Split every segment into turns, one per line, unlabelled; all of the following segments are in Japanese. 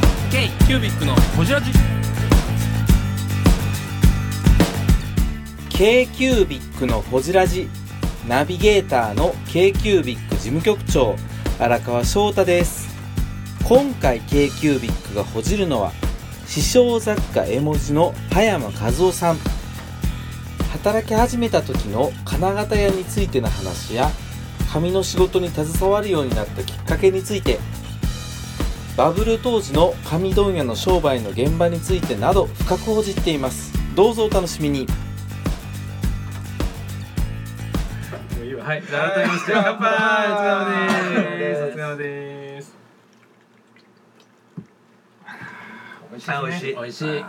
キュービックのホジラジ
k q u b i c のほじラジナビゲーターの k q u b i c 事務局長荒川翔太です今回 k q u b i c がほじるのは師匠雑貨絵文字の葉山和夫さん働き始めた時の金型屋についての話や紙の仕事に携わるようになったきっかけについてバブル当時の紙問屋の商売の現場についてなど深くほじっていますどうぞお楽しみに
はいじゃあ改めまして乾杯お疲れ様ですお疲れ様です
あ美味しい
美味しい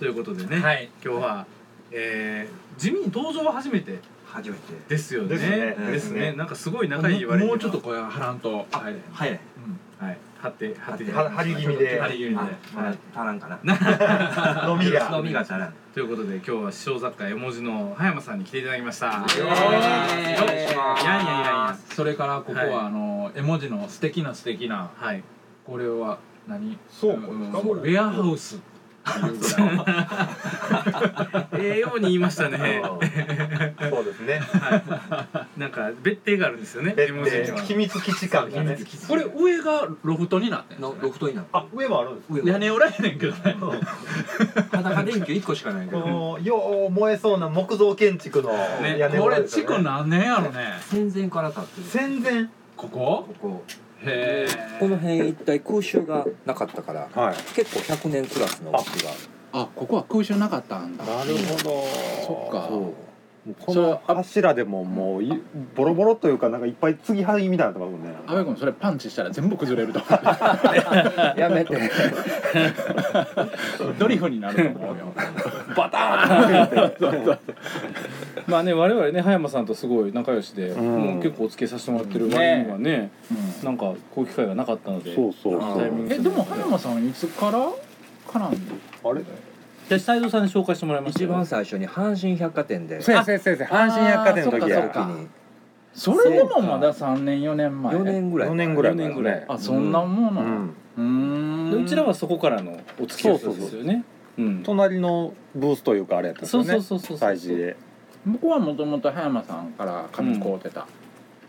ということでね、
はい
今日は、えー、地味に登場は初めて
初めて
ですよね
ですね
ですねなんかすごい仲いい割に
も
は
うちょっとこれは張らんと
はいはい
はいね
はい張って張って
は張り気味で
張り気味で
あ
は
はい
い
足らんかな飲みが
飲みが足
足らん
ということで今日は師匠作家絵文字の葉山さんに来ていただきました
イエーイ
よっしゃいやいやいやいや
それからここ
はい
はあの絵文字の素敵な素敵な
はい
これは何
そう
うん
です
ウ
かこれ
ェアハウスっていうぐら い
ええように言いましたね
そうです ね
なんか別邸があるんですよね絵
別
文字には
で秘密基地感がね
これ上がロフトになってんの
のロフトになる
あ上もあるんです
上
屋
は
根裏やねんけどね
裸電球一個しかないけ
こ
ど
のよう燃えそうな木造建築の
ね
屋根
こ
裏
れ
です
築
よね
何年やろね
戦前から立ってる
戦前
ここ
ここ
へ
こ
え
の辺一帯空襲がなかったから
はい
結構100年クラスの大きが
あここは空襲なかったんだ
なるほど
そっか
うこ
それ
の柱でももういボロボロというかなんかいっぱい継ぎはぎみたいになとこもんね
阿部君それパンチしたら全部崩れると思
あるやめて
うドリフになると思うよ
バターン
まあね我々ね葉山さんとすごい仲良しで、
うん
もう結構お付き合いさせてもらってる割にはねなんかこういう機会がなかったので
そうそうそう
タイミング
えでも葉山さんいつから絡んで
あれ
で斉藤さんに紹介してもらいました
一
よ
番最初に阪神百貨店で
そうや先生阪神百貨店の時
あーそ
や
っか
時に
それでもまだ三年四年前
4年ぐらい
4年ぐらい前
四年ぐらい
あそんなも
う
のうんーん
でうちらはそこからのお付き合いなんですよねうん
隣のブースというかあれやったんです
そ
よ
う
ね
そうそうそう
催事で
向こうはもともと葉山さんから髪こうてた、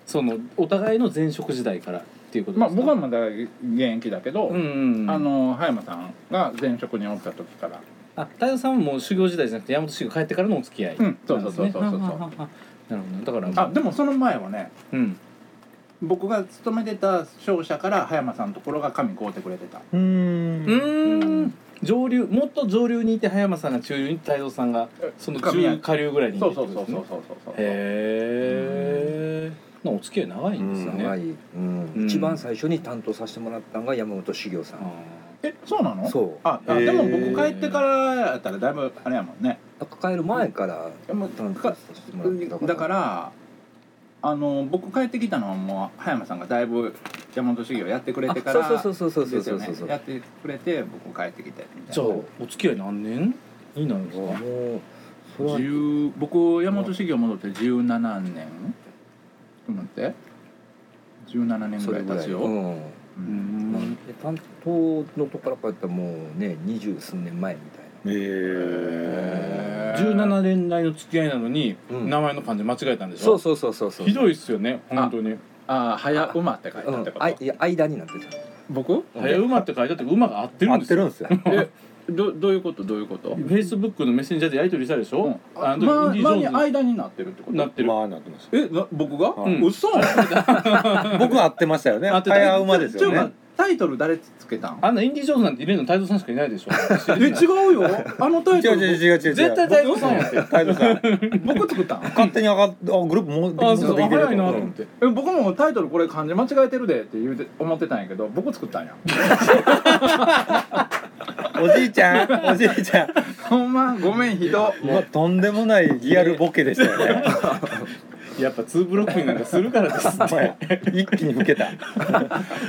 そのお互いの前職時代からっていうこと
ま
で
あ
すか
僕はまだ現役だけど、
うんうんうん
あの葉山さんが前職におった時から
あ太田さんはもう修行時代じゃなくて山本修行帰ってからのお付き合い、
うんそうそうそうそうそう
なんですねなるほどだから
あでもその前はね
うん
僕が勤めてた商社から葉山さんのところが髪こうてくれてた
うーん
うーん上流もっと上流にいて葉山さんが中流にいて太蔵さんがその
髪や
中下流ぐらいにいて
そ
っ
う
て
そ
こ
うそう
とですね
そうそうそう
へえお付き合い長いんですよね、
長い、うん
うん
一番最初に担当させてもらったのが山本修行さん
えそうなの
そう
ああ
へー
でも僕帰ってからやったらだいぶあれやもんね
抱える前から
でも
担当させてもらってた
だからあの僕帰ってきたのはもう葉山さんがだいぶ山本修行やってくれてから
あそうそうそうそう
で
そう
す
そ
よ
うそ
ね
うそう
やってくれて僕帰ってきてみたいな
じゃあお付き合い何年になるんですか
もうそれは
10僕山本修行戻って17年ちょっと待って17年
そ
ぐら
れ
い
ぐら
経
い
つよ、
うん
う
うんん
で担当のとこからこうやったらもうね二十数年前みたい
えー
17年来の付き合いなのに
な、うん
名前の漢字間違えたんでしょ
そうそうそうそうそう
ひどいっすよね本当に
ああ早馬って書いた
う
っ
ん
てこと、
あいいや間になってた
僕
うん
早馬って書いてあって馬が合ってる
合
ん
っ
で
て
す
る
よ
んですよ
えどどういうことどういうこと
フェイスブックのメッセンジャーでやり取りしたでしょ、あの時
まあ
インディ・
まに
ジョーンズ
間になってるってこ
にな
と
ってる、
まあなってまし
えな僕が、
はい
嘘
た僕は合ってましたよね
合ってた
早馬です
ちょ
よ
っと待っ
ね
てタイトル誰つけたん
あんなインディ・ジョーンズなんて入れるの太蔵さんしかいないでしょ
え違うよあのタイ
違
ト
う違う
ル
違う違う違う
絶対太蔵さんやって
太蔵さん
僕僕作ったん
勝手に上がっあグループもう
あそうそう
できる
早い
と
な
思
と
う
思って
え僕もタイトルこれ漢字間違えてるでって言うて思ってたんやけど僕作った んや
おじいちゃんおじいちゃん
ほんまごめんひど
うわとんでもないリアルボケでしたよね
やっぱ2ブロックになんかするからですって
はい一気に老けた
い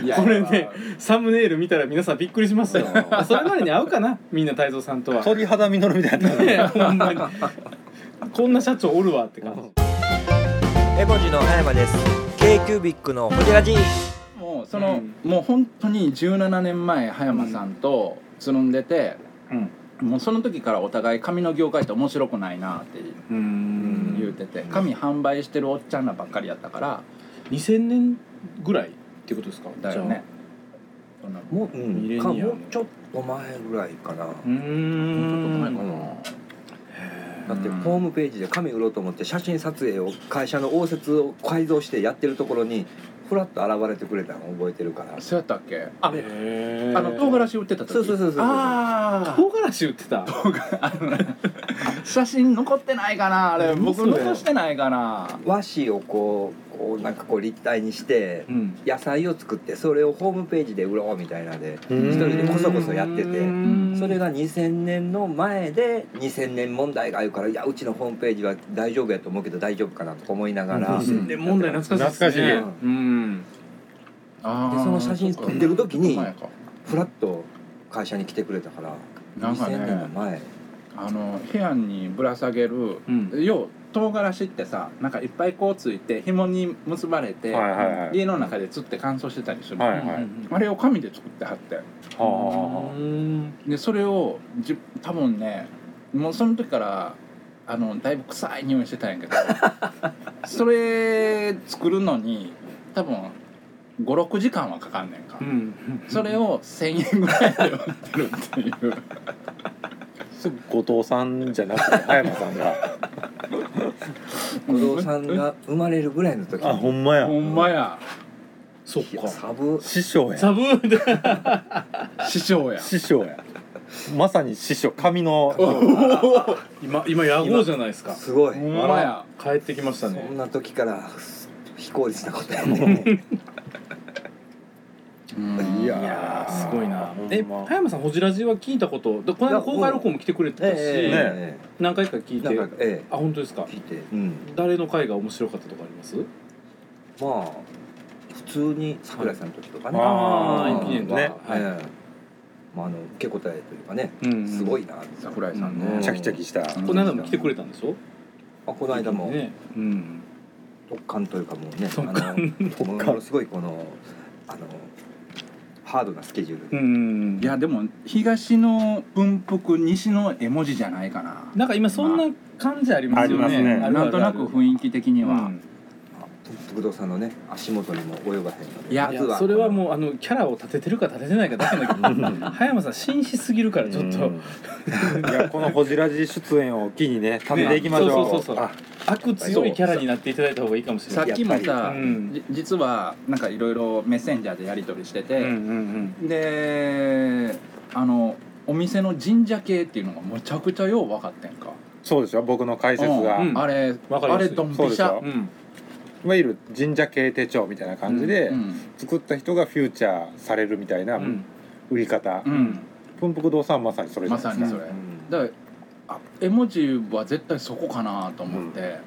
や
これねサムネイル見たら皆さんびっくりしますよそれまでに会うかなみんな太蔵さんとは
鳥肌実るみたいになった
ねほんまにこんな社長おるわって感じ
絵文字の葉山です k キュービックのホジラジ
もうその、もう本当に17年前葉山さんとつるんでて、
うん
もうその時からお互い紙の業界って面白くないなって
うん
言うてて紙販売してるおっちゃんらばっかりやったから
2000年ぐらいってことですか
だよねそんな
もう、う
ミ
ん、
レ
か
ニア
も
ム
うちょっと前ぐらいかな、
じゃあう
もうちょっと前
ん
かな
だってホームページで紙売ろうと思って写真撮影を会社の応接を改造してやってるところにふらっと現れてくれたのを覚えてるから
そうやったっけあれ
へー
あの唐辛子売ってた時
そうそうそうそう
あ
唐辛子売ってた
あ写真残ってないかなあれ
何そ
僕
れ
残してないかな
和紙をこうこうなんかこう立体にして
うん
野菜を作ってそれをホームページで売ろうみたいなんで一人でこそこそやってて
うん
それが2000年の前で2000年問題があるからいやうちのホームページは大丈夫やと思うけど大丈夫かなとか思いながら。
2000年問題懐かしいですね
懐かし
うん
あー
でその写真
そ
撮
っ
っ
か
てる時に
前か
フラッと会社に来てくれたから
なんか
2000年の
ね
前
あの部屋にぶら下げる
うん
要は唐辛子ってさなんかいっぱいこうついて紐に結ばれて、
はいはいはい
家の中でつって乾燥してたりする、
はいはい
あれを紙で作ってはって
は
でそれをじ多分ねもうその時からあのだいぶ臭い匂いしてたんや けどそれ作るのに多分56時間はかかんねんか、
うん
それを1,000円ぐらいで売ってるっていう
あすぐ後藤さんじゃなくて葉山さんが
後藤さんが生まれるぐらいの時
あほんまや
ほんまや
そっ
いや
か
サブ
師匠や
サブーで
師匠や
師匠やまさに師匠紙の
今今野望じゃないですか
すごい
ほんまや
帰ってきました
そ
ね
んな時から非効率なことやね
うん
いやー
いやーすごいな
ほんま
え葉山さんホジラジは聞いたことでこの間公開録音も来てくれてたし、
え
何回か聞い
えなんか
て
え
あ本当ですか
え聞いてうん
誰の回が面白かったとかあります
まあ普通に桜井さんの時とかね、
あ
ーいいね
まあ
ね
はいまああの受け答えというかね、
うん
すごいなみたいな
桜井さんね、
うん
チャキチャキした
うん
この間も来てくれたんでしょ
あこの間も
ねうん
特感というかもうね
特
あのものすごいこのあのハードなスケジュー
う
ル、
ん
いやでも東の文福西の絵文字じゃないかな
なんか今そんな感じありますよね
ありますね
あるあるある
なんとなく雰囲気的には、
うん
あ徳堂さんのね足元にも及ばへんので
いや
ま
い
ず
やそれは
う
もうあのキャラを立ててるか立ててないかだけだけど葉山さん紳士すぎるからちょっと
うんいやこのホジラジ出演を機にね食べていきましょう
そうそうそうそう
あ
悪強いキャラになっていただいた方がいいかもしれ
さ
な
っ
い
きもさ、
うん
じ実はなんかいろいろメッセンジャーでやり取りして
うんうん
て、
うん
であのお店の神社系っていうのがむちゃくちゃよう分かってんか、
そうでしょ僕の解説が、
うん
あれ
わかり
あ
やすい
れドン
そう
ピ
で
シ
しょ
ャ、
うん
いわゆる神社系手帳みたいな感じで、
うん
作った人がフューチャーされるみたいな
うん
売り方、
うん
文福堂さんはまさにそれじゃ
ま
ないで
さ
すか、
にそれ、
ん
だからあ絵文字は絶対そこかなと思って、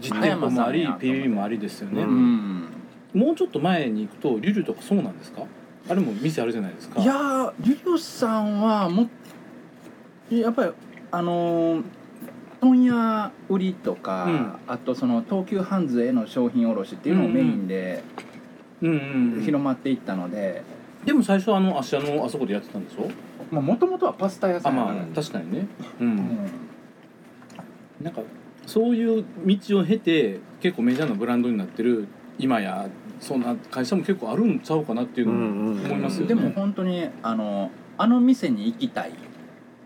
実店舗もあり
葉山さんや
PV もありですよね、
う
うん
ん
もうちょっと前に行くとリュリュとかそうなんですかあれも店あるじゃないですか
いやーリュウさんはもうやっぱりあのー問屋売りとか、あとその東急ハンズへの商品卸っていうのをメインで
うんうんうん
広まっていったので
でも最初あの芦屋のあそこでやってたんでしょ
もともとはパスタ屋さ
あ
んやか
ま
ら
あ確かにねう
うんん
なんかそういう道を経て結構メジャーなブランドになってる今やそんな会社も結構あるんちゃうかなっていう
う
の
ん
も
うんうん
思いますよね、
でも本当にあのあの店に行きたい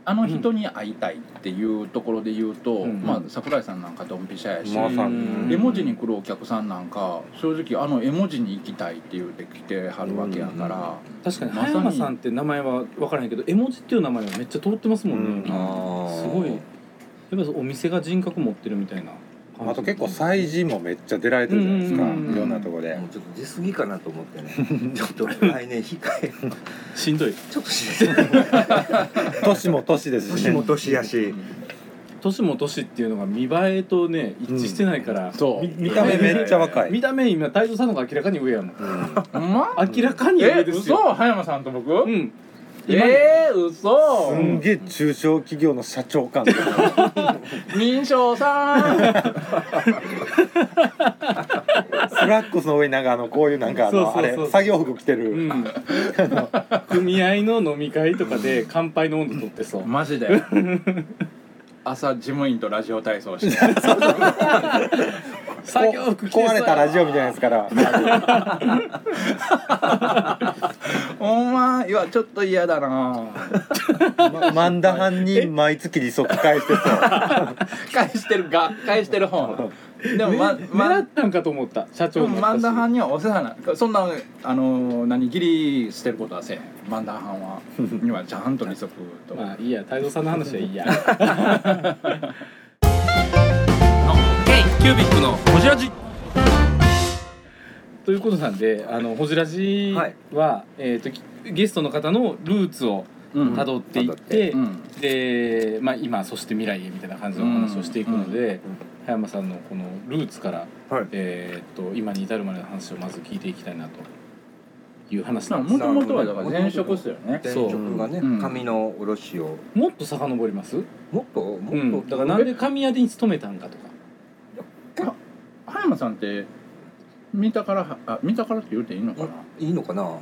あの人に会いたいっていうところで言うと、
うん
まあ、桜井さんなんかドンピシャやし、
まさ
うん
に
絵文字に来るお客さんなんか正直あの絵文字に行きたいって言うて来てはるわけやから、
確かに
まさ
葉
に
山さんって名前は分からへんけど絵文字っていう名前はめっちゃ通ってますもんね、
うん
やっ
あー
すごいぱりお店が人格持ってるみたいな感じ
あと結構催事もめっちゃ出られてるじゃないですか、
うんうんうんうん
いろんなとこで
もうちょっと出過ぎかなと思 ってねちょっと来年控え
しんどい
ちょっとしない
年も年ですし
年
ね
も年や し
年も年っていうのが見栄えとね一致してないから、
そう
み見た目めっちゃ若い、
見た目今太蔵さんの方が明らかに上やもん
ほんま
明らかに上
え
です
嘘
よ
葉山さんと僕、
うん
えー、嘘
すんげえ中小企業の社長感
民商さん
スラックスの上になんかあのこういうなんかあ
そう
の
そ
あ
うそう
れ作業服着て
う
る、
ん、組合の飲み会とかで乾杯の温度取ってそう
マジで朝事務員とラジオ体操して
作業服着て
壊れたラジオみたいなやつ から
「お前いやちょっと嫌だな
ま漫談犯に毎月利息返してさ
返してるが返してる 本」でもまま
狙ったんかと思った社
で
長
も
の
漫談班にはお世話なそんなあの何ギリ捨てることはせえへん漫談班はにはちゃんと利息と、
まあいいや太蔵さんの話はいいや
キュービックのホジラジ
ということなんであのホジラジは、えー、ときゲストの方のルーツを
うん
たどっていって、
うん
で、まあ、今そして未来へみたいな感じのお話をしていくので、葉山さんのこのルーツから、
はい
えーっと今に至るまでの話をまず聞いていきたいなという話なんです
もともとはだから前職っすよね
前
そう
職がね
うん
髪の卸を
もっと遡ります、
もっともっ
う
と、
ん、だからなんで神谷でに勤めたんかとか
葉山さんって見たからあ見たからって言うていいのかな、
いいのかな
も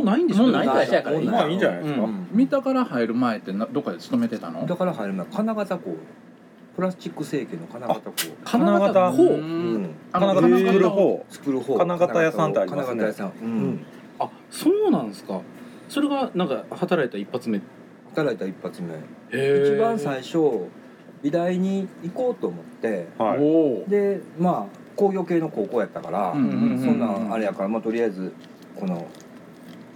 うないんでしょ
もうない
会
会
社
社や
やか
からら
いい
まあいいんじゃないですか、
うん
見たから入る前ってなどっかで勤めてたの
だから入るのは金型工プラスチック製形の金型工
金
金
型
型
こ
う
うん
あ
な
の
かなか作る方
作る方
金型屋さんってありますね
金型屋さん、うん
うん
あそうなんですかそれがなんか働いた一発目
働いた一発目
一
一番最初美大に行こうと思って
はい
お
でまあ工業系の高校やったから、
うんうんうん
そんなんあれやから、まあ、とりあえずこの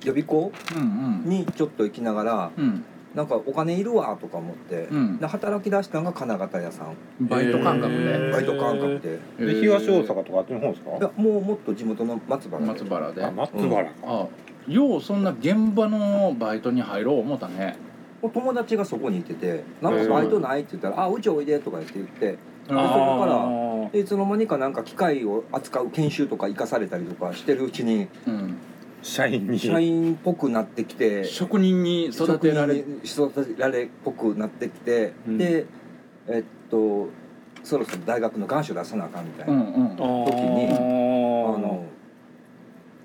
予備校
うんうん
にちょっと行きながら
うん
なんかお金いるわとか思って、
うん
で働き出したのが金型屋さん
バイト感覚
へ
で
ー
バイト感覚で
で東大阪とかあっちの方ですか
いやもうもっと地元の松原で
松原で
あ松原か、
あようそんな現場のバイトに入ろう思ったね
お友達がそこにいてて「なんか
へー
バイトない?」って言ったら「あうちおいで」とか言って言って
あ
そこから
あ
でいつの間にかなんか機械を扱う研修とか生かされたりとかしてるうちに
うん
社員に
社員っぽくなってきて
職人に育てられ
職人に育てられっぽくなってきて、
うん
でえっとそろそろ大学の願書出さなあかんみたいうな、
んうん
ーあー
時に
あ
あの
の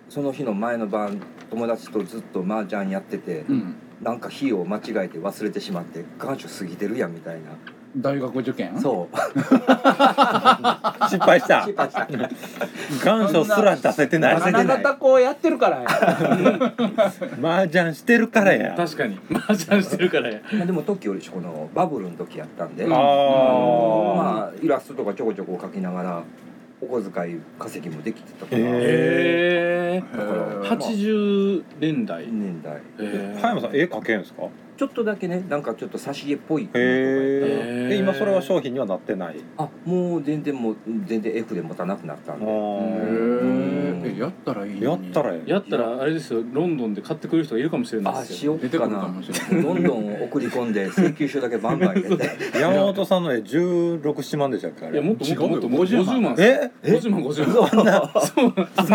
その日の前の晩友達とずっと麻雀やってて、
うん
なんか日を間違えて忘れてしまって願書過ぎてるやんみたいな、
大学受験
そう
失敗した
失敗した
願書すら出せてない
出せてない
花形こうやってるからや
麻雀してるからや
確かに麻雀してるから や
まあでも時よりこのバブルの時やったんで、
ああ、
まあイラストとかちょこちょこ描きながらお小遣い稼ぎもできてたから、
へ
へえ
だから
へー
80年代
年代
へ
葉山さん絵描けるんですか
ちょっとだけねなんかちょっと挿絵っぽい
へえ
へー
で今それは商品にはなってない
あもう全然もう全然 F で持たなくなったん
あ
で
ー
へえやったらいい
や
のに
ったらええ
やったらあれですよロンドンで買ってくる人がいるかもしれない
あ
です
し
よ
よ
出
って
く
か
るか
な
もしれない
どんどん送り込んで請求書だけバンバン入れて
山本さんの絵167万でしたっけあ
いや
れ
もっともっともっと
違うよ
50万です
え
50万50万
そんな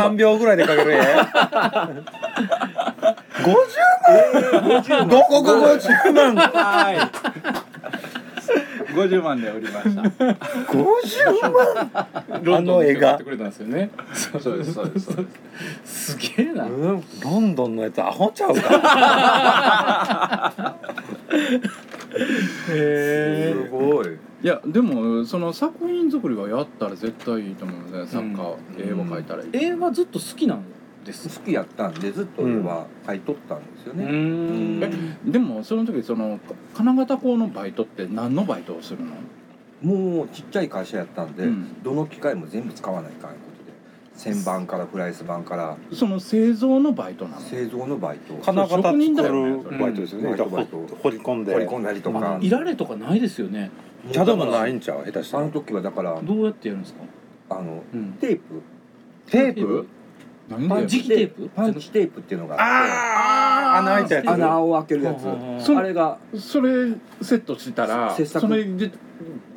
3秒ぐらいで描ける絵50万どこが50万
はい50万で売りました
50万
ロンド
あの
ン
絵が
で買ってくれたんですよねそう
そうですそうですそうです
すげえな
うんロンドンのやつアホちゃうか
へえ
ごい
いやでもその作品作りはやったら絶対いいと思うんですよね作家、絵を描いたらいい、
映画ずっと好きなんです
好きやったんでずっと俺は買い取ったんですよ
う
ね、
ん
え
でもその時そのか金型工のバイトって何のバイトをするの、
もうちっちゃい会社やったんで、
うん
どの機械も全部使わないかんいうことで旋盤からフライス板から
その製造のバイトなの
製造のバイトを
金型作る
職人だよね
バイトですよね
うん
板
バイトバイト
掘り込ん
掘り
で
込んだりとか
あ
いられとかないですよね
キャドもないんちゃう下手した
あ
ら
の時はだから
どうやってやるんですか
あの
うん
テープ
テ
ープ
何
パ
で
ン
磁
チ
気
テ
テ
ー
ープ
プパンチテープっていうのがあっ
ああ穴開いたや
て
つ
穴を開けるや
はあはあ
つ
そ
あれが
それセットしたら
切削
それで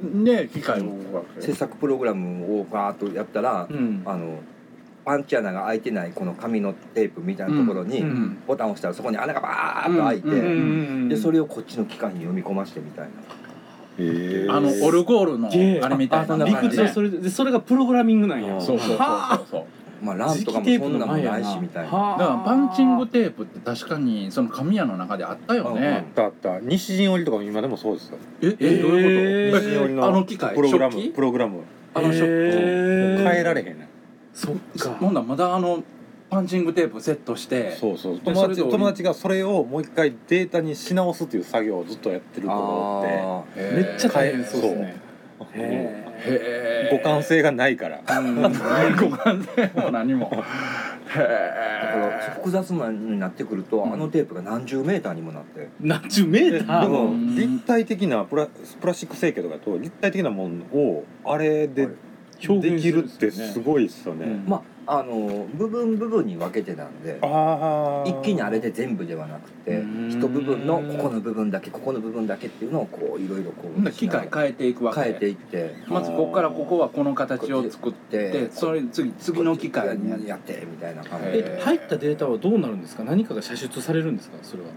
ね機械を動か
制
す
作プログラムをガーッとやったら
うん
あのパンチ穴が開いてないこの紙のテープみたいなところに
うん
ボタンを押したらそこに穴がバーッと開い
うんうん
てでそれをこっちの機械に読み込ましてみたいな
え
あのオルゴールの
え
あれみたいな
あ
理
理
屈
屈
は
は
そ
そ
れでそれがプログラミングなんや
や
うそうそうそうそう
まあランとかもそんなもんないしみたい
だ
な
からパンチングテープって確かにその紙屋の中であったよね
だった西陣織とかも今でもそうですよ
え
え
えどういうこと
え
西陣織
あの機械
プログラ
食
ム
器
プログラム
あのショック
もう変えら
れ
れへんね
そっか
ほんならまだあのパンチングテープセットして
そうそう
で
友
それ
達
で俺
友達がそれをもう一回データにし直すっていう作業をずっとやってる子がおって
あ
へ
め
ー
っちゃ大変そうですねへ
へー
互換性がないから
互換性も何も
ーだから
へ
複雑なのになってくるとあのテープが何十メーターにもなって
え何十メータ
で
ー
も
うん
立体的なプラプラスチック成形とかと立体的なものをあれで
表
で
現
き
す
る
る
っ
ん
て
です
す
ね
ごいっすよね。
うん
まああの部分部分に分けてなんで
あー
一気にあれで全部ではなくて
うん
一部分のここの部分だけここの部分だけっていうのをこういろいろこ
ー
う
ほんなら機械変えていくわけ
変えていって
まずここからここはこの形を作って
で
それ次次の機械にや
やってみたいな感じ
へ
で
え入ったデータはどうなるんですか何かが射出されるんですかそれは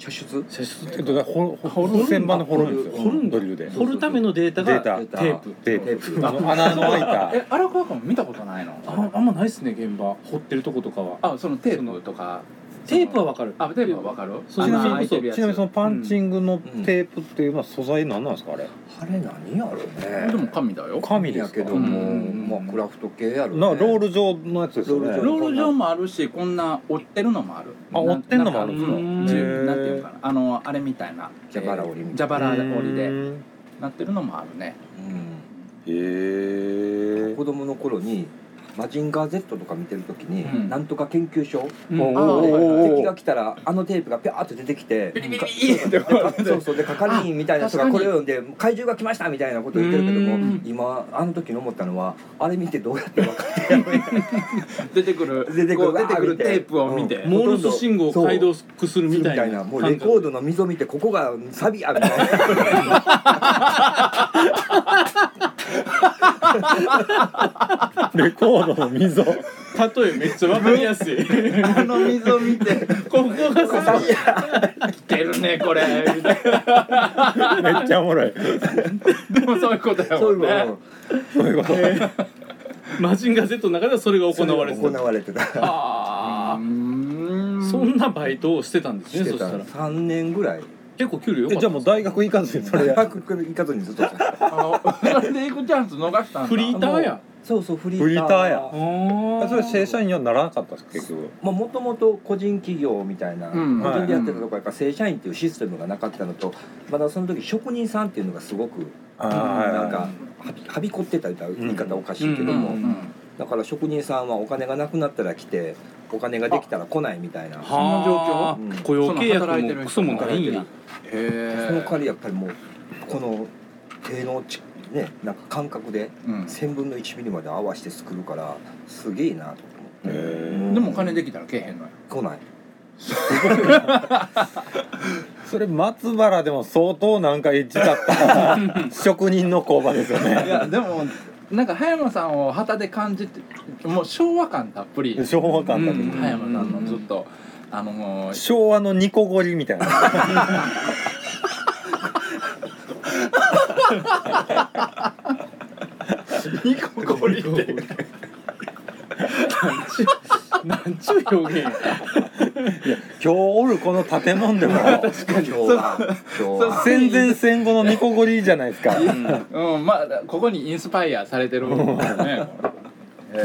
射出
射出っ
え
て
っとだからほほほ旋盤の掘るんですよ。
掘るんだ
ドリルで。
掘るためのデータ
デ
が
ータ
テ
データ
ープ
で
テープ
あの穴の開いた
え荒川君見たことないの
ああんまないっすね現場掘ってるとことかは
あそのテープとか
テープはわかる
あテープはわかる
そう
穴
そう
開いてるやつ
ちなみにそのパンチングのテープっていうのは素材なんなんですかあれ？
あれ何やろね
でも神だよ
紙で
や
す
け
か
ど？
うん
もうまあクラフト系やろね
なロール状のやつですよね。
ロール
ロール状もあるしこんな折ってるのもある
あ折ってんのもある
なんんか
ですか
う
うん
ん
へ
じ
ー
ゅなんていうかなあのあれみたいな
蛇腹折りみたいな
蛇腹折り
う
で
ん
なってるのもあるね
へえ
子。供の頃にマジンガー Z とか見てる時に、
うん
なんとか研究所
うん
おー
あー
おーおー
敵が来たらあのテープがピャーって出てきて
ピリピリ
か
ピリって
そうそうで係員みたいな人
あ
が
確か
これ
に
を読んで「怪獣が来ました」みたいなこと言ってるけど
う
も
ん
今あの時に思ったのはあれ見てどうやって分かって
出てくる
出てくる
こう出てく
あー見
る
て
テープを見て
モールス信号を解読する
る
み
み
た
た
い
いな
な
もうレコードの溝見てここがサビやみたいな
レコードの 溝。
例えめっちゃわかりやすい
あの水を見て
ここがさ
来てるねこ れみたい
めっちゃおもろい。
なでもそういうことや も
そうんいう
ね
の
そういうこと。
マジンガー Z の中ではそれが行われて
行
た
われてた
あ
う
あ
ーん
そんなバイトをしてたんです
し
ね
て
そしたたら
3年ぐらい
結構給料良
え
かっ
じゃ
た
あもう大学行かずにそれ
大
や
学行かずにずっと
あの それで行くチャンス逃したんだ
フリーターや
そうそうフリ
フリーターや
あ
それ正社員にはならなかったんですか結局
まあ、もともと個人企業みたい
う
な、
ん
個人でやってたとこやから正社員っていうシステムがなかったのとまだその時職人さんっていうのがすごく
あ
なんかはびはびこってた言ったら言い方おかしいけども、
うんうん
だから職人さんはお金がなくなったら来てお金ができたら来ないみたいな
は
そ
んな状況
あ
うん
雇
そ
用契
の働いて
約
る
も
人
クソもないんや
へえ
の代わりやっぱりもうこの手のち、ね、なんか感覚で
うん
1000分の1ミリまで合わせて作るからすげえなと
へえ
でも金できたらけえへんのや
来ない
それ松原でも相当なんかエッチだった職人の工場ですよ
い
ね
やでもなんか葉山さんを旗で感じてもう昭和感たっぷり葉
昭和感だ
うん
と
山さんのずっとあの もう
昭和のニコゴリみたいな
ニコゴリって
なんちゅう 表現や
今日おるこの建物でも
今日は今日は
戦前戦後のニコゴリじゃないですか
うんまあここにインスパイアされてるもんね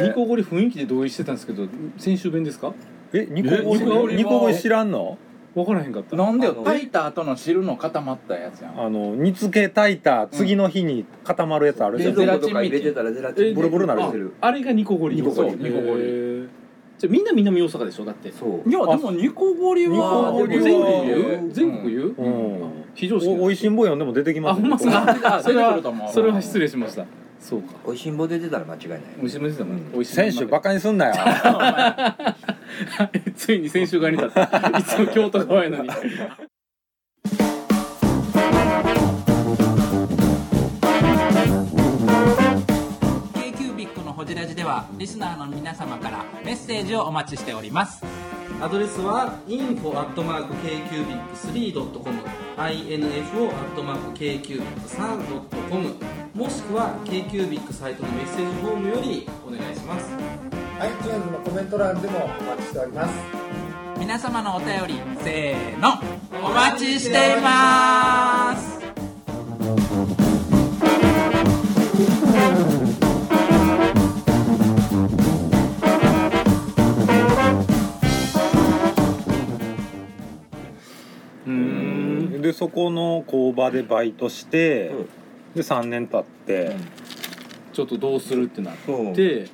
ニコゴリ雰囲気で同意してたんですけど先週弁ですか
えニコゴ
えニコゴリ
リ
は
ニコゴリ知らんの
分からへんかった
なんでよ
あの
炊いた後の汁の固まったやつやん
あの煮付け炊いた次の日に固まるやつあるじゃ
冷
ないで
で
蔵庫
すか
とか入れてたらゼラチ
え
ン
ボロボロなる
出てる
あれがニコゴリ
ニコゴリ
そう
ニコゴリ
へーじゃあみんな南大阪でしょだって
そう
いやでもニコゴリは
ニコゴリは
で
全
も
国
全
言う全国言う
うん
非常識
おおいしんぼ読んでも出てき
あ
ます
ほんまっすか
あ
それ
出てくると思
は
う
それは失礼しましたそうか
美味しんぼ出てたら間違いない
おいしいもんですもんねおいしいもん
選手バカにすんなよ
ついに先週側に立ったいつも京都側やのに
国 k q ビックのほじ
ジラジではリスナーの皆様からメッセージをお待ちしております
アドレスは info.kcubic3.com info.kcubic3.com もしくは KQBIC サイトのメッセージフォームよりお願いします
iTunes のコメント欄でもお待ちしております
皆様のお便りせーのお待ちしています
でそこの工場でバイトして、
うん
で3年経って、
ちょっとどうするってなっ
そう
て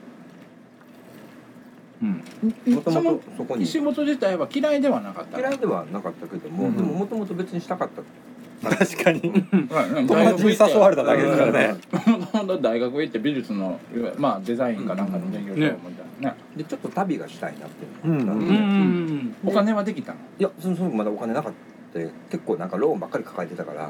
もと
そ
も
の
とそこに
仕事自体は嫌いではなかった
嫌いではなかったけども、
うん
でももともと別にしたかった
確かに
友
友達に誘われただけですからね
ほんと大学行って美術のまあデザインかなんかの勉強しようみたいなね
でちょっと旅がしたいなっていうのがあったん
う
で、
ん
ん
お金はできたの
いやそのその時まだお金なかったよ結構なんかローンばっかり抱えてたから、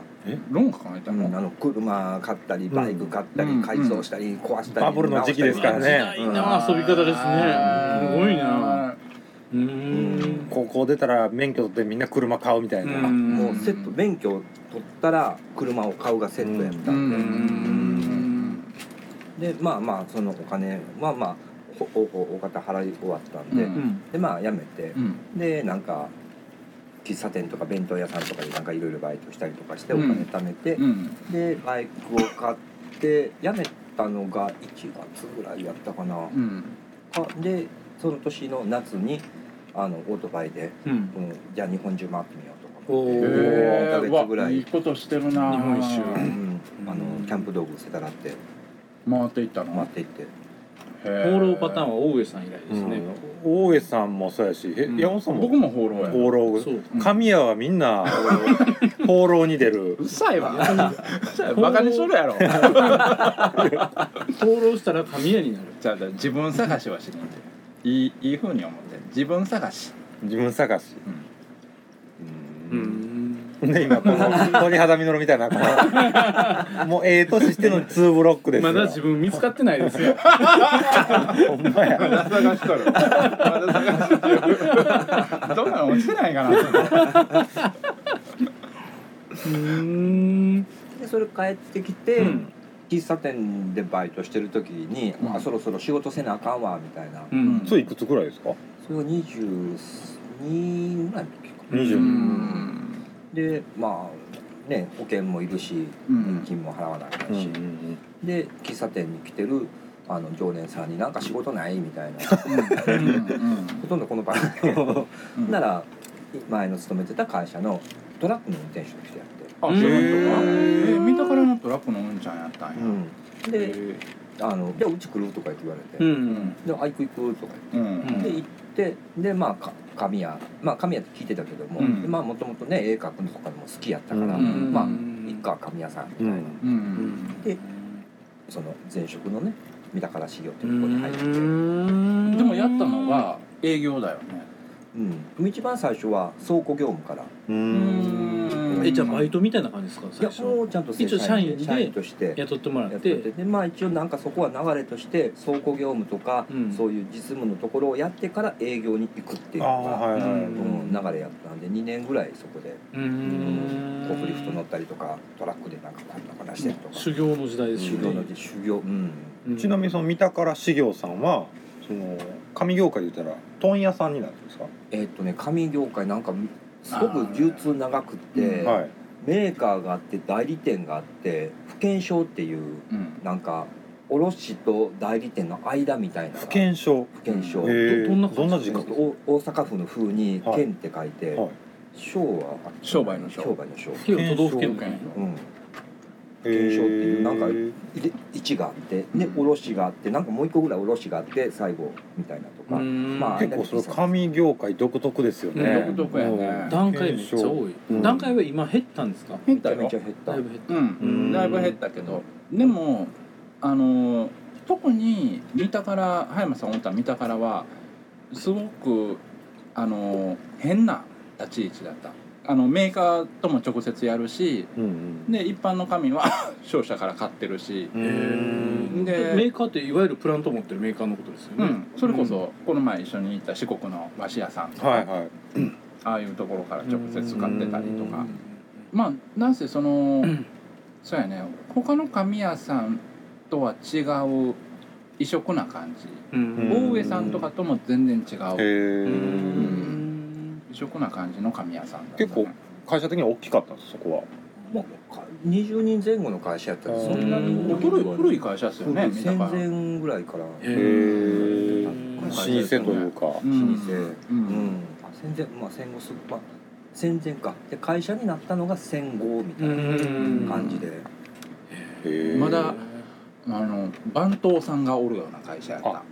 ローン抱えた
あ
の
の車買ったりバイク買ったり、
うん
改造したり壊したり
バブルの時期ですからね
いいな遊び方ですねすごいなう
うん
ん
高校出たら免許取ってみんな車買うみたいな、
うん
もうセット免許取ったら車を買うがセットやった、
うん
うん
でまあまあそのお金はまあおおおお方払い終わったんで、
うん
うん
でまあ辞めて
う、ん
でなんか喫茶店とか弁当屋さんとかになんかいろいろバイトしたりとかしてお
うん
金貯めて、
うん
でバイクを買って辞めたのが1月ぐらいやったかな、
うん
あでその年の夏にあのオートバイで、
うん
うん、じゃあ日本中回ってみようとか思
お
って
へ
2
ー
ヶ月ぐら
わいい
い、
ことしてるな
日本一周
うん、あのキャンプ道具捨てたらって
回っていった
回っ
の
ていって
放浪パターンは大上さん以来ですね
大江さんもそうやしえ
うん
山本さんも
僕も放浪や
放浪
そう
神谷はみん な放浪に出る
うるさいわうるさいわバカにするやろ
放浪したら神谷になる
じゃあじゃあ自分探しはしにいていいいい風に思って自分探し
自分探し
うん
で今この鳥肌みのるみたいなこ のもうええ年しての2ブロックですよ
まだ自分見つかってないですよ
ほんまや
探しとるま だ探しとるどんなの落ちてないかな
うん
でそれ帰ってきて、
うん
喫茶店でバイトしてる時に、
うん
あそろそろ仕事せなあかんわみたいな、
うん
それいくつぐらいですか
それが22ぐらいの時かな
20
うん
でまあね保険もいるし
うん
年金も払わなあか
うんんう
し、
ん
で喫茶店に来てるあの常連さんになんか仕事ないみたいなほとんどこの場合
うん
なら前の勤めてた会社のトラックの運転手としてやって、
あそうなんやえ見たからのトラックのうんちゃんやったんや
であの「じゃあうち来る?」とか言われて「
う
うんん
であ行く行く」とか
うん
言って、で行ってでまあか紙屋まあ紙屋って聞いてたけども、
うん
でまあもともとね絵描くのとかも好きやったから、
うん
まあいっか紙屋さんみたいな、
う
う
ん
ん
その前職のね三鷹修行っていうところに入って。
でもやったのが営業だよね
うん、一番最初は倉庫業務から
うん
えじゃあバイトみたいな感じですか
い
最
や
初
もうちゃんと正
一応社員で
社員としてや
雇ってもらっ
って
て
てでまあ一応なんかそこは流れとして倉庫業務とか、
うん
そういう実務のところをやってから営業に行くっていう
あ
のが、
あはいはい、
う
うんん、流れやったんで2年ぐらいそこで
う
フォークリフト乗ったりとかトラックでなんかこんな話してるとか、
修行の時代です
修
修
行
行
の修行うん
ちなみにその三田から修行さんはその紙業界で言ったら問屋さんになるんですか、
えーっとね紙業界なんかすごく流通長くって、
はい
メーカーがあって代理店があって保険証っていう
うん
なんか卸と代理店の間みたいな
保険証
保険証
ええ
どんな
どんな
ち
字
ょ
書
っと
く
お大阪府の風に
はい
県って書いて、
はい
商は
商売の商
商売の商
都道府県の
うん
保
険証っていうなんかで1があってで卸があってなんかもう一個ぐらい卸があって最後みたいなとか、まあ
結構その紙業界独特ですよね
独特やね
段階めっちゃ多い
うん
段階は今減ったんですか
減っ
めち
た
ゃ
よ
めちゃ減った
だいぶ減っ
う
うん
んだいぶ減ったけどでもあのー特に三田から葉山さん思った三田からはすごくあのー変な立ち位置だったあのメーカーとも直接やるし
うん
で一般の紙は 商社から買ってるし、
うん
へ
で
メーカーっていわゆるプラント持ってるメーカーのことですよ
う
ね、
ん、それこそこの前一緒に行った四国の和紙屋さんとか、
はいはい
ああいうところから直接買ってたりと
う
か
ん
まあなんせそのそうやね他の紙屋さんとは違う異色な感じ
うん
大上さんとかとも全然違
へ
う
え
異色な感じの紙屋さんだったね
結構会社的には大きかったんですそこは
もうか20人前後の会社やったらそんなに
もう古い古い会社ですよね
古い
見た
戦
から
前ぐらいから
へ
へえ
うん
老舗というか
う
老
ん
舗
う
うんんあ戦前まあ戦後すまあ戦前かで会社になったのが戦後みたい
うん
な感じで
へえ
まだあの番頭さんがおるような会社やった
あ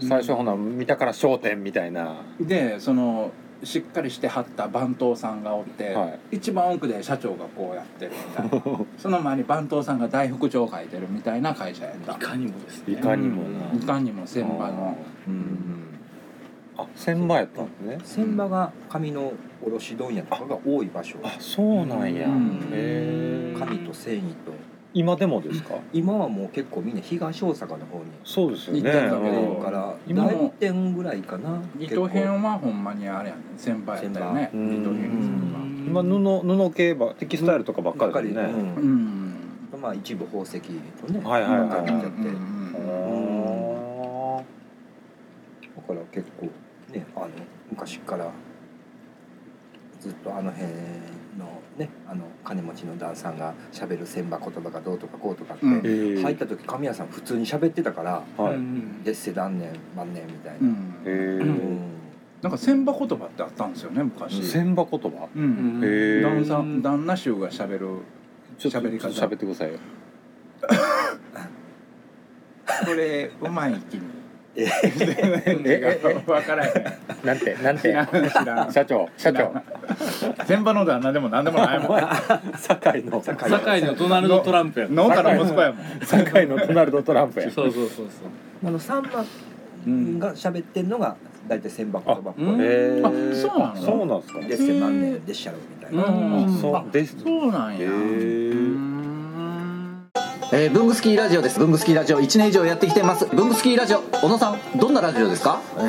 最初ほな見たから商店みたいな
でそのしっかりしてはった番頭さんがおって、
は
一番奥で社長がこうやってるみたいなその前に番頭さんが大副長書いてるみたいな会社やっ
い
た
かにもです
いい
ね
かにもな
うんいかにも先輩の
うん
あ千場やったんですね
船場が紙の卸問屋とかが多い場所
あそうなんや
うん
へえ
紙と繊維と
今でもですか
今はもう結構みんな東大阪の方に
そうですよ
行
ね
ったんだけど
だから
今も
大点ぐらいかな
伊
結
藤
構
編はほんまにあれやね先輩やったよね伊
先輩
藤編さんは
うん今布布系ばテキスタイルとかばっかりで
ばっか
ね
う
りうん
ん
まあ一部宝石とね
はいはいはい
ばっかりちゃって
うんう
だ
あ
ん
ー
から結構ねあの昔からずっとあの辺のねあの金持ちの旦さんがしゃべる千葉言葉がどうとかこうとかって、
うん
へー
入った時神谷さん普通に喋ってたから
はい
「でっせ何年万年」みたい
うんう
な。
へ
ん
う
え
ん
なんか千葉言葉ってあったんですよね昔
千葉言葉
う
うんん
へー
旦さん旦那衆がしゃべる
ちょっと
喋り方
ちょっと喋ってくださいよ
これうまい気に
え
分からへん
なんてなん
知らん知らん
社長社長
先場の旦那でも何でもないもん
堺の
堺のドナルド・トランプや
農家の息子やもん
堺のドナルド・トランプや
そうそうそうそう
あのサンマ
うん
が喋ってんのが大体千葉言葉っぽい
あうん
で
へー
あそうなの
そうなんです
「
か
でっせ万年でっしゃろ」みたいな。
うん
あそうです
そうなんや
へ
うー
ー
ん
えー、文具スキーラジオです文具スキーラジオ1年以上やってきてます文具スキーラジオ小野さんどんなラジオですかえ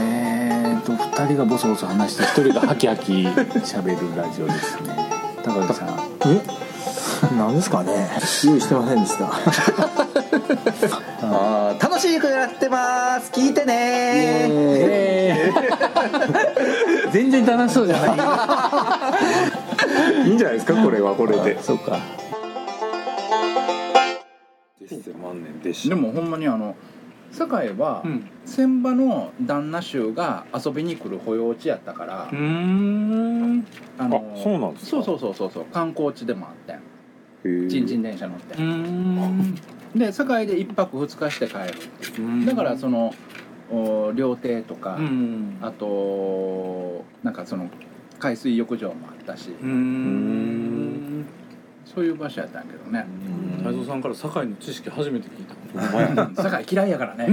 ーと2人がボソボソ話して1人がハキハキ喋るラジオですね高木さんえなんですかね用意してませんでしたあー楽しい曲やってます聞いてね 全然楽しそうじゃない
いいんじゃないですかこれはこれで
そうか
万年でし
でもほんまにあの堺は
うん
船場の旦那衆が遊びに来る保養地やったから
うーん
あ
あそうなんですか
そうそうそうそうそう観光地でもあって
ち
新人電車乗って
うーん
で堺で一泊二日して帰るっていうだからそのお料亭とか
うん
あとなんかその海水浴場もあったし
うーん
そういう場所やったんやけどね
太蔵さんから堺の知識初めて聞いた
堺嫌いやからね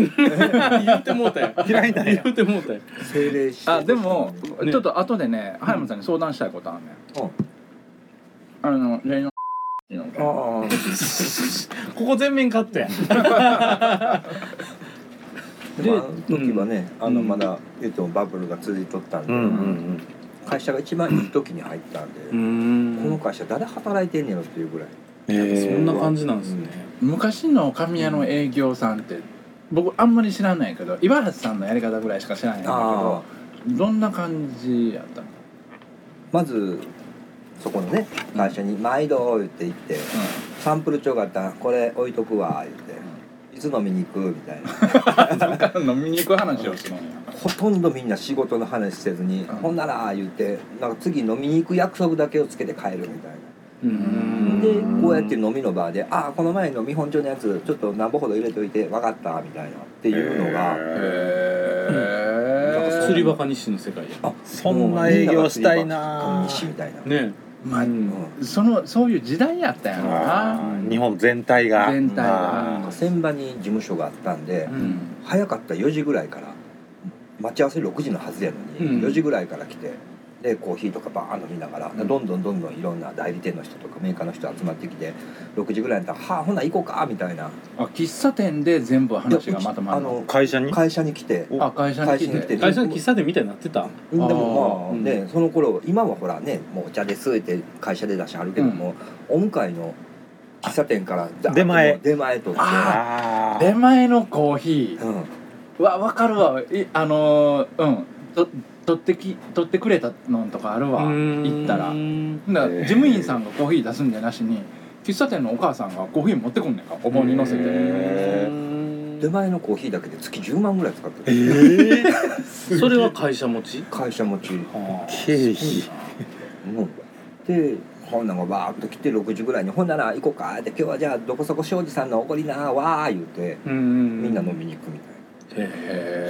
言ってもうたや
嫌いなんや
言ってもうたや
精霊して
あでも
ね
ちょっと後でね葉山さんに相談したいことあるね
うん
あの例のの
ああ
ここ全面カッ トや
でもあの時はね、あの
うん
まだ言うてもバブルが続いとったんで、
うんうん
会社が一番いい時に入ったんで、
うー
この
ん
会社誰働いてんねやろっていうぐらい
うんへ
そ
ー
んな感じなんですね
昔の紙屋の営業さんって僕あんまり知らないけど岩橋さんのやり方ぐらいしか知らないんだけどどんな感じやったの
まずそこのね会社に「毎度」言って行って、サンプル帳があったら「これ置いとくわ」言って、いつ飲みに行く?」みたいな
飲みに行く話をするんや
ほとんどみんな仕事の話せずに「
うん
ほんなら」言ってなんか次飲みに行く約束だけをつけて帰るみたいな。
うーん
でこうやって飲みのバーで「ああこの前の見本帳のやつちょっと何歩ほど入れておいて分かった」みたいなっていうのが、
へ
釣りバカ日誌の世界や
あ
そんな営業したいな
みんが釣りバカみたいな、
ね
まあ
うん
そのそういう時代やったんやろ
あ
な
ー日本全体が
全体
あ
が
船場に事務所があったんで、
うん
早かった4時ぐらいから待ち合わせ6時のはずやのに、
うん
4時ぐらいから来てでコーヒーとかバーン飲みながら、どんどんどんどんいろんな代理店の人とかメーカーの人集まってきて6時ぐらいになったら「はあほな行こうか」みたいな
あ喫茶店で全部話がまとま
あ
る
の
会社に
会社に来て
あ会社に来て
会社の喫茶店みたいになってた
でもま
あ
あ
ー
ね、その頃今はほらねもうお茶ですって会社で出しはるけども、お向かいの喫茶店からザーッと
出前
もう出前とって
あ
出前のコーヒ
うん、
ーわ分かるわいあのーうんと取ってき取ってくれたのとかあるわ行ったらだから事務員さんがコーヒー出すんじゃなしに喫茶店のお母さんがコーヒー持ってこんねんかお盆に乗せて
出前のコーヒーだけで月10万ぐらい使ってる、
それは会社持ち
会社持ち
はあ
経費
もうでほんなんがバーッと来て6時ぐらいに「ほんなら行こうか」って「今日はじゃあどこそこ庄司さんのおごりなわー」言うてみ
み
んな飲みに行くみたいな。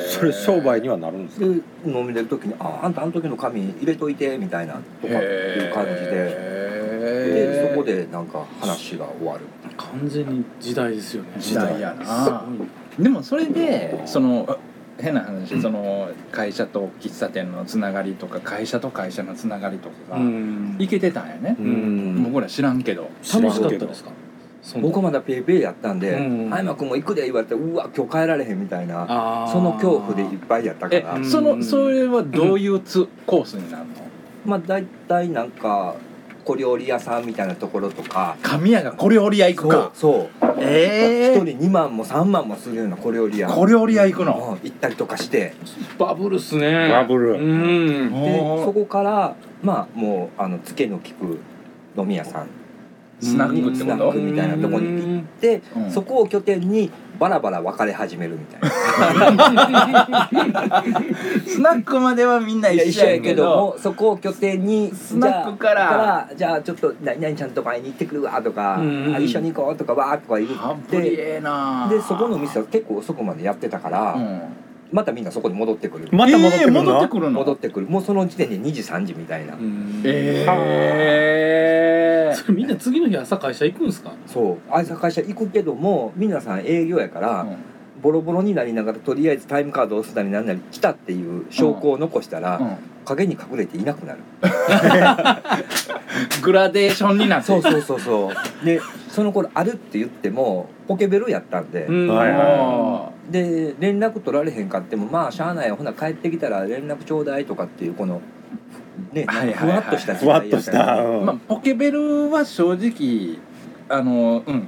それ商売にはなるんですか
で飲み出る時に「ああんたあの時の紙入れといて」みたいなとかっていう感じででそこでなんか話が終わる
完全に時代ですよね
時代や
すご
ない
ね
でもそれでそのあ変な話、その会社と喫茶店のつながりとか会社と会社のつながりとかが
ん
いけてたんやね、
うん
僕ら知らんけど
楽しかったですかその
僕まだペイペイやったんで
う
「
ん
あいまくんも行くで」言われて「うわ今日帰られへん」みたいな
あー
その恐怖でいっぱいやったか
え
ら
うん
そのそれはどういうつコースになるの
まあ大体なんか小料理屋さんみたいなところとか
神谷が小料理屋行くか
そう
え
1
え
人2万も3万もするような小料理屋
小料理屋行くの
うん行ったりとかして
バブルっすね
バブル
うん
で
おー
そこからまあもうあのつけの利く飲み屋さん
スナックって
ス
こ
ナック
と
みたいなとこに行って、
うん
そこを拠点にバラバラ別れ始めるみ たいな
スナックまではみんない
や
一
一
緒
緒
や
や
け
け
ど
どもそこを拠点に
スナックから
じゃあじゃあちょっと何々ちゃんと会いに行ってくるわとか、
うんうん
あ一緒に行こうとかわーとか言
ハ
っ
ブリ
て
ええな
でそこの店は結構遅くまでやってたから、
うん
またみんなそこに戻ってくる、
また戻ってくる
ええ戻っ
の
てくるの
戻ってくるもうその時点で2時3時みたいな、
ええ
それみんな次の日朝会社行くんすか
そうあいさ会社行くけども皆さん営業やから、
うん
ボロボロになりながらとりあえずタイムカードを押すなりなんなり来たっていう証拠を残したら、
うん
影に隠れていなくなる
グラデーションになって
そ
る
うそうそうそう でその頃あるって言ってもポケベルやったんで、
ん
はい
あ
で連絡取られへんかってもまあしゃあないよほな帰ってきたら連絡ちょうだいとかっていうこのね
はいはい
ふ
はい
わっとした
ふわっとし
時
た
代やから
ーまあポケベルは正直あのうん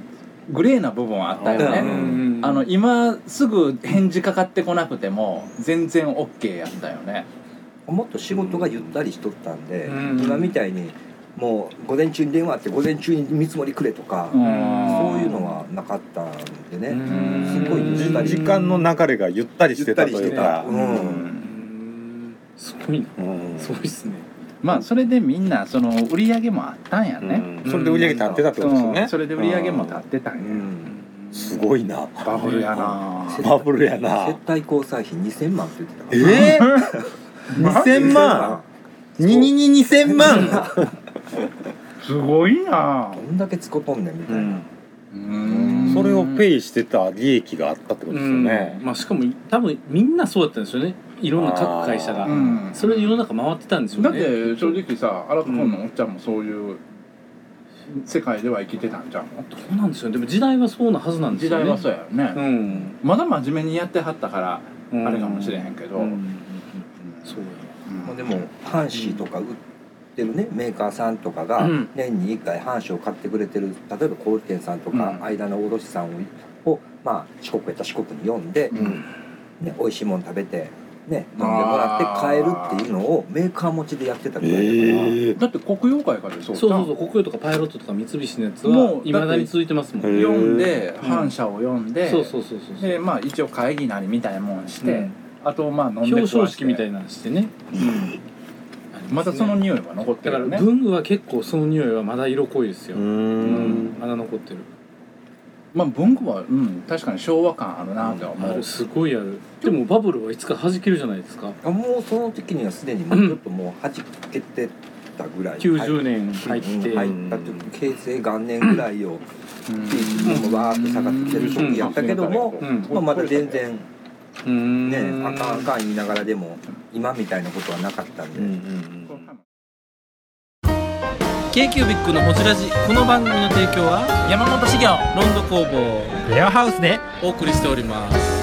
グレーな部分はあったよ
う
ね
ん
あの今すぐ返事かかってこなくても全然 OK やったよね
もっと仕事がゆったりしとったんで、
うん
今みたいにもう午前中に電話あって午前中に見積もりくれとか、そういうのはなかったんでね、
うん
すごいゆったり
時間の流れがゆったりしてたというか
ゆったりしてたうん
うんすごいな
うん
すごいっすね
まあそれでみんなその売り上げもあったんや
う
ね、
んそれで売り上げ立ってたってことですよ
うん
ね
それで売り上げも立ってたん
う
や、
ん
すごいな
バブルやな
バブルやな
接待交際費2000万って言ってたから
え 二千万ににに二千万
すごいな
どんだけ使っとんねんみたいな、
それを
イ
ペイしてた利益があったってことですよね
うんまあしかも多分みんなそうだったんですよねいろんな各会社
あ
が
ー
うん
それで世の中回ってたんですよ
だ
ね
って正直さ荒川のおっちゃんもそういう世界では生きてたんじゃん
そうなんですよねでも時代はそうなはずなんです
時
よね
代はそうやよね、
うん
まだ真面目にやってはったからあれかもしれへ
ん
んけど、
うんうんそう
まあ、でも半紙とか売ってるねメーカーさんとかが
うん
年に1回半紙を買ってくれてる例えば小売店さんと
う
か
ん
間の卸さんををまあ四国やったら四国に呼んで、ね、美味しいもん食べて、ね、飲んでもらって買えるっていうのをメーカー持ちでやってたみたいだから。
ええ
だって国用界からそう
そう
じゃ
そ
ん
うそう国用とかパイロットとか三菱のやつ
もうだっ
は
て
いまだに続いてますもん
へ
読ん
へ
で反社を読んで、
そうそうそうそう
でまあ一応会議なりみたいなもんして、
うん
あとまあ飲んで
表彰式みた
ない
なのしてね
またその匂いは残って
だ
る
か
よ
ら
ね
文具は結構その匂いはまだ色濃いですよ
う
うん
ん
まだ残ってる
まあ文具はうん確かに昭和感あるなとは思
あ
う、
るすごいあるでもバブルはいつか弾けるじゃないですか
もうその時にはすでにもうちょっともうはじけてたぐらい
90年入って、
うん入ったっていうか形成元年ぐらいをピーチもわーっと下がってきてる時やったけども、
うん
まあ、まだ全然ねあかんあかん言いながらでも今みたいなことはなかったんで、
k q b i c のホジラジこの番組の提供は山本資源ロンド工房レアハウスでお送りしております